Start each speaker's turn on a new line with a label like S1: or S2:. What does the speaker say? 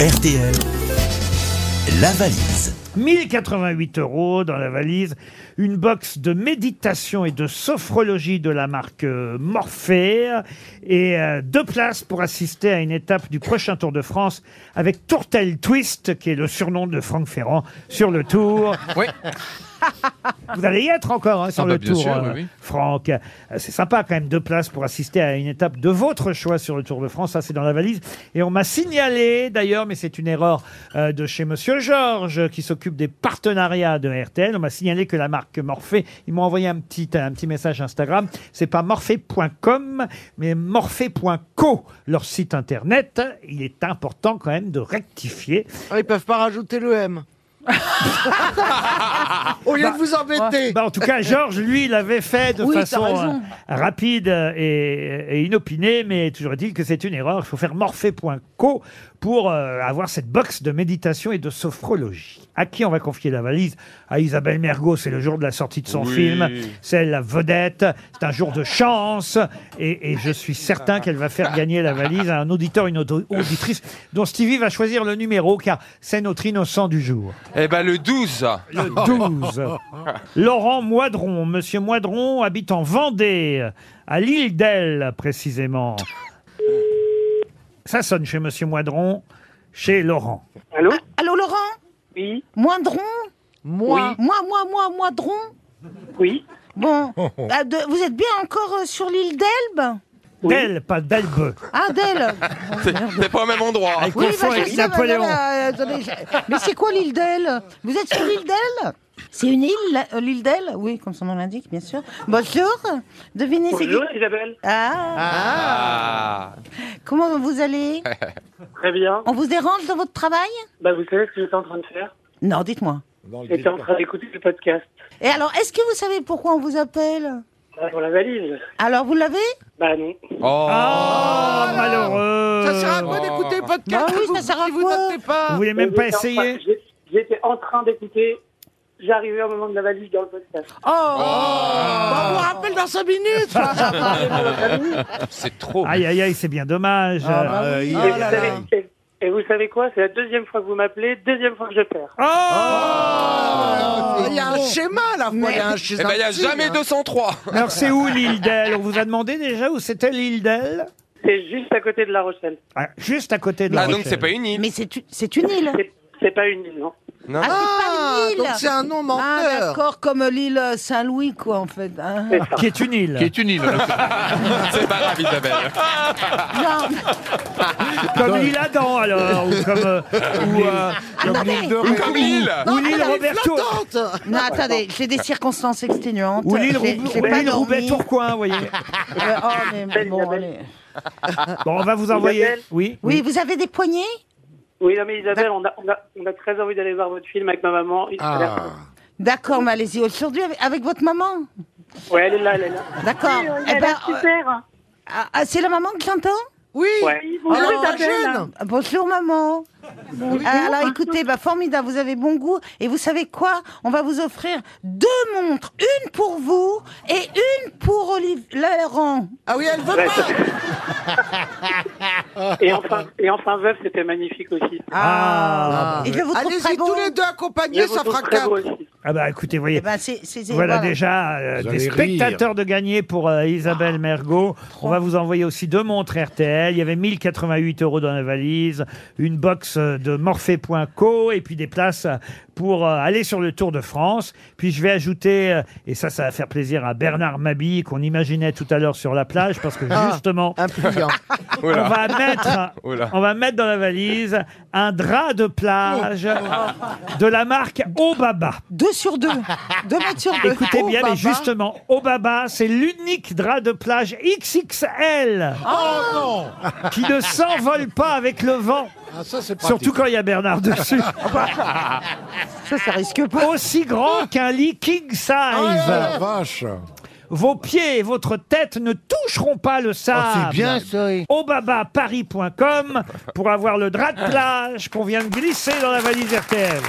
S1: RTL, la valise.
S2: 1088 euros dans la valise, une box de méditation et de sophrologie de la marque euh, Morphée et euh, deux places pour assister à une étape du prochain Tour de France avec Tourtel Twist, qui est le surnom de Franck Ferrand sur le Tour.
S3: Oui.
S2: Vous allez y être encore hein, sur
S3: Ah bah,
S2: le
S3: bien
S2: Tour,
S3: sûr,
S2: euh,
S3: oui, oui.
S2: Franck. Euh, C'est sympa quand même, deux places pour assister à une étape de votre choix sur le Tour de France. Ça, c'est dans la valise. Et on m'a signalé, d'ailleurs, mais c'est une erreur euh, de chez Monsieur Georges, euh, qui s'occupe des partenariats de RTL. On m'a signalé que la marque Morphée, ils m'ont envoyé un petit, un petit message Instagram. C'est pas morphée.com, mais morphée.co, leur site internet. Il est important quand même de rectifier.
S4: Ah, ils peuvent pas rajouter le M. Au lieu de vous embêter.
S2: Bah, en tout cas, Georges, lui, il avait fait de
S5: Oui, t'as
S2: façon
S5: raison.
S2: euh, rapide et, et inopinée, mais toujours est-il que c'est une erreur. Il faut faire morphée.co pour euh, avoir cette box de méditation et de sophrologie. À qui on va confier la valise À Isabelle Mergot, c'est le jour de la sortie de son
S3: Oui.
S2: film. C'est la vedette, c'est un jour de chance, et, et je suis certain qu'elle va faire gagner la valise à un auditeur, une auto- auditrice, dont Stevie va choisir le numéro, car c'est notre innocent du jour.
S3: Eh ben le 12.
S2: Le 12. Laurent Moidron. Monsieur Moidron habite en Vendée, à l'île d'Elle, précisément. Ça sonne chez Monsieur Moidron, chez Laurent.
S6: Allô
S5: Ah, Allô Laurent
S6: Hein Oui,
S5: Moindron
S4: Moi.
S5: Moi, moi, moi, Moindron
S6: oui,
S5: Bon, Ah, de- vous êtes bien encore euh, sur l'île d'Elbe
S6: Oui.
S2: D'Elle, pas d'Elbe.
S5: Ah, d'Elbe
S3: C'est c'est pas au même endroit.
S2: Elle confond
S5: je
S2: avec
S5: sais, bah,
S2: Napoléon.
S5: voilà, euh, attendez, je- mais c'est quoi l'île d'Elle Vous êtes sur l'île d'Elle C'est une île, la- euh, l'île d'Elle Oui, comme son nom l'indique, bien sûr. Bonjour Devinez, c'est qui
S6: bonjour Isabelle.
S5: Ah,
S3: Ah.
S5: Comment vous allez
S6: Très bien.
S5: On vous dérange dans votre travail
S6: Bah, vous savez ce que j'étais en train de faire
S5: Non, dites-moi.
S6: J'étais en train d'écouter le podcast
S5: Et alors, est-ce que vous savez pourquoi on vous appelle
S6: Ah, pour la valise.
S5: Alors, vous l'avez
S6: Bah non.
S3: Oh.
S2: Ah, malheureux.
S4: Ça sert à quoi d'écouter podcast
S5: Bah oui,
S4: si vous-
S5: ça sert à
S4: si vous
S5: quoi
S4: notez pas
S2: Vous voulez même pas
S6: Euh, J'étais en train-
S2: essayer
S6: j'ai- J'étais en train d'écouter. J'arrivais au moment de la valise dans le podcast.
S4: Oh, Bah, On vous rappelle dans 5 minutes
S3: C'est trop.
S2: Aïe, aïe, aïe, c'est bien dommage.
S6: et,
S4: Oh
S6: vous
S4: là
S6: savez,
S4: là.
S6: et- et vous savez quoi C'est la deuxième fois que vous m'appelez, deuxième fois que je perds.
S2: Oh,
S4: Il y a un schéma à la fois, il y a un
S3: Eh ben il y a
S2: hein.
S3: jamais 203.
S2: Alors, c'est où l'île d'Elle On vous a demandé déjà où c'était l'île d'Elle
S6: C'est juste à côté de La Rochelle.
S2: Ah, Juste à côté de la
S3: Ah donc
S2: Rochelle.
S3: c'est pas une île.
S5: Mais c'est u- c'est une île
S6: C'est- C'est pas une île, non
S3: Non.
S4: Ah,
S5: Ah, c'est pas une île
S4: donc c'est un nom
S5: Ah,
S4: menteur
S5: d'accord, comme l'île Saint-Louis, quoi, en fait. hein.
S6: C'est ça.
S2: Qui est une île.
S3: C'est pas grave Isabelle.
S2: Ah.
S5: Genre,
S2: Comme l'île Adam, alors, ou comme, euh, ou, euh,
S5: attendez,
S3: Ou comme l'île.
S2: ou l'île Roberto,
S4: Tante
S5: non, attendez, j'ai des circonstances exténuantes.
S2: ou l'île
S5: J'ai-
S2: Roub-
S5: j'ai
S2: ou
S5: pas
S2: l'île
S5: dormi.
S2: Roubaix-Tourcoing, vous voyez.
S5: Euh, oh, mais- mais bon,
S6: Isabelle.
S5: allez.
S2: Bon, on va vous envoyer.
S6: Isabelle
S2: Oui.
S5: Oui, vous avez des poignées
S6: Oui, non, mais Isabelle, on a, on a, on a très envie d'aller voir votre film avec ma maman. Il-
S5: D'accord, mais allez-y aujourd'hui avec, avec votre maman.
S6: Ouais, elle est là, elle est là.
S5: D'accord. Eh ben, euh, ah, ah, c'est la maman que j'entends
S4: Oui
S6: Ouais.
S4: Alors, la jeune
S5: Ah, Bonjour maman. Ah, Alors écoutez, bah, formidable, vous avez bon goût. Et vous savez quoi On va vous offrir deux montres. Une pour vous et une pour Olivier Laurent.
S4: Ah oui, elle veut
S6: Ouais.
S4: pas
S6: Et enfin, et enfin Veuve, c'était magnifique aussi.
S2: Ah,
S5: Et je vous trouve très
S4: Allez-y,
S5: beau.
S4: tous les deux
S6: Je
S4: accompagnés,
S6: vous
S4: ça
S6: trouve
S4: fera
S6: très
S4: 4
S6: beau aussi.
S2: ah bah écoutez, vous voyez.
S5: Eh ben, c'est- c'est- c'est-
S2: Voilà
S5: voilà.
S2: déjà euh, des spectateurs de gagner pour euh, Isabelle Mergot. On va vous envoyer aussi deux montres RTL. Il y avait 1088 euros dans la valise, une box euh, de morphée.co et puis des places euh, pour euh, aller sur le Tour de France. Puis je vais ajouter, euh, et ça, ça va faire plaisir à Bernard Mabille qu'on imaginait tout à l'heure sur la plage parce que
S4: Ah.
S2: justement,
S4: Un pliant.
S3: Oula.
S2: on va mettre,
S3: Oula.
S2: on va mettre dans la valise un drap de plage de la marque Obaba.
S5: Deux sur deux. Deux mètres sur deux. bah,
S2: Écoutez Eh bien,
S4: Obaba.
S2: mais justement, Obaba, c'est l'unique drap de plage XXL
S5: Oh,
S2: qui ne s'envole pas avec le vent,
S4: Ah, ça, c'est
S2: surtout quand il y a Bernard dessus.
S5: Ça, ça risque pas. Oh
S2: Aussi grand qu'un lit king size.
S4: vache
S2: Vos pieds et votre tête ne toucheront pas le
S5: Oh,
S2: sable.
S4: Ah, ça
S2: obabaparis.com pour avoir le drap de plage qu'on vient de glisser dans la valise RTL.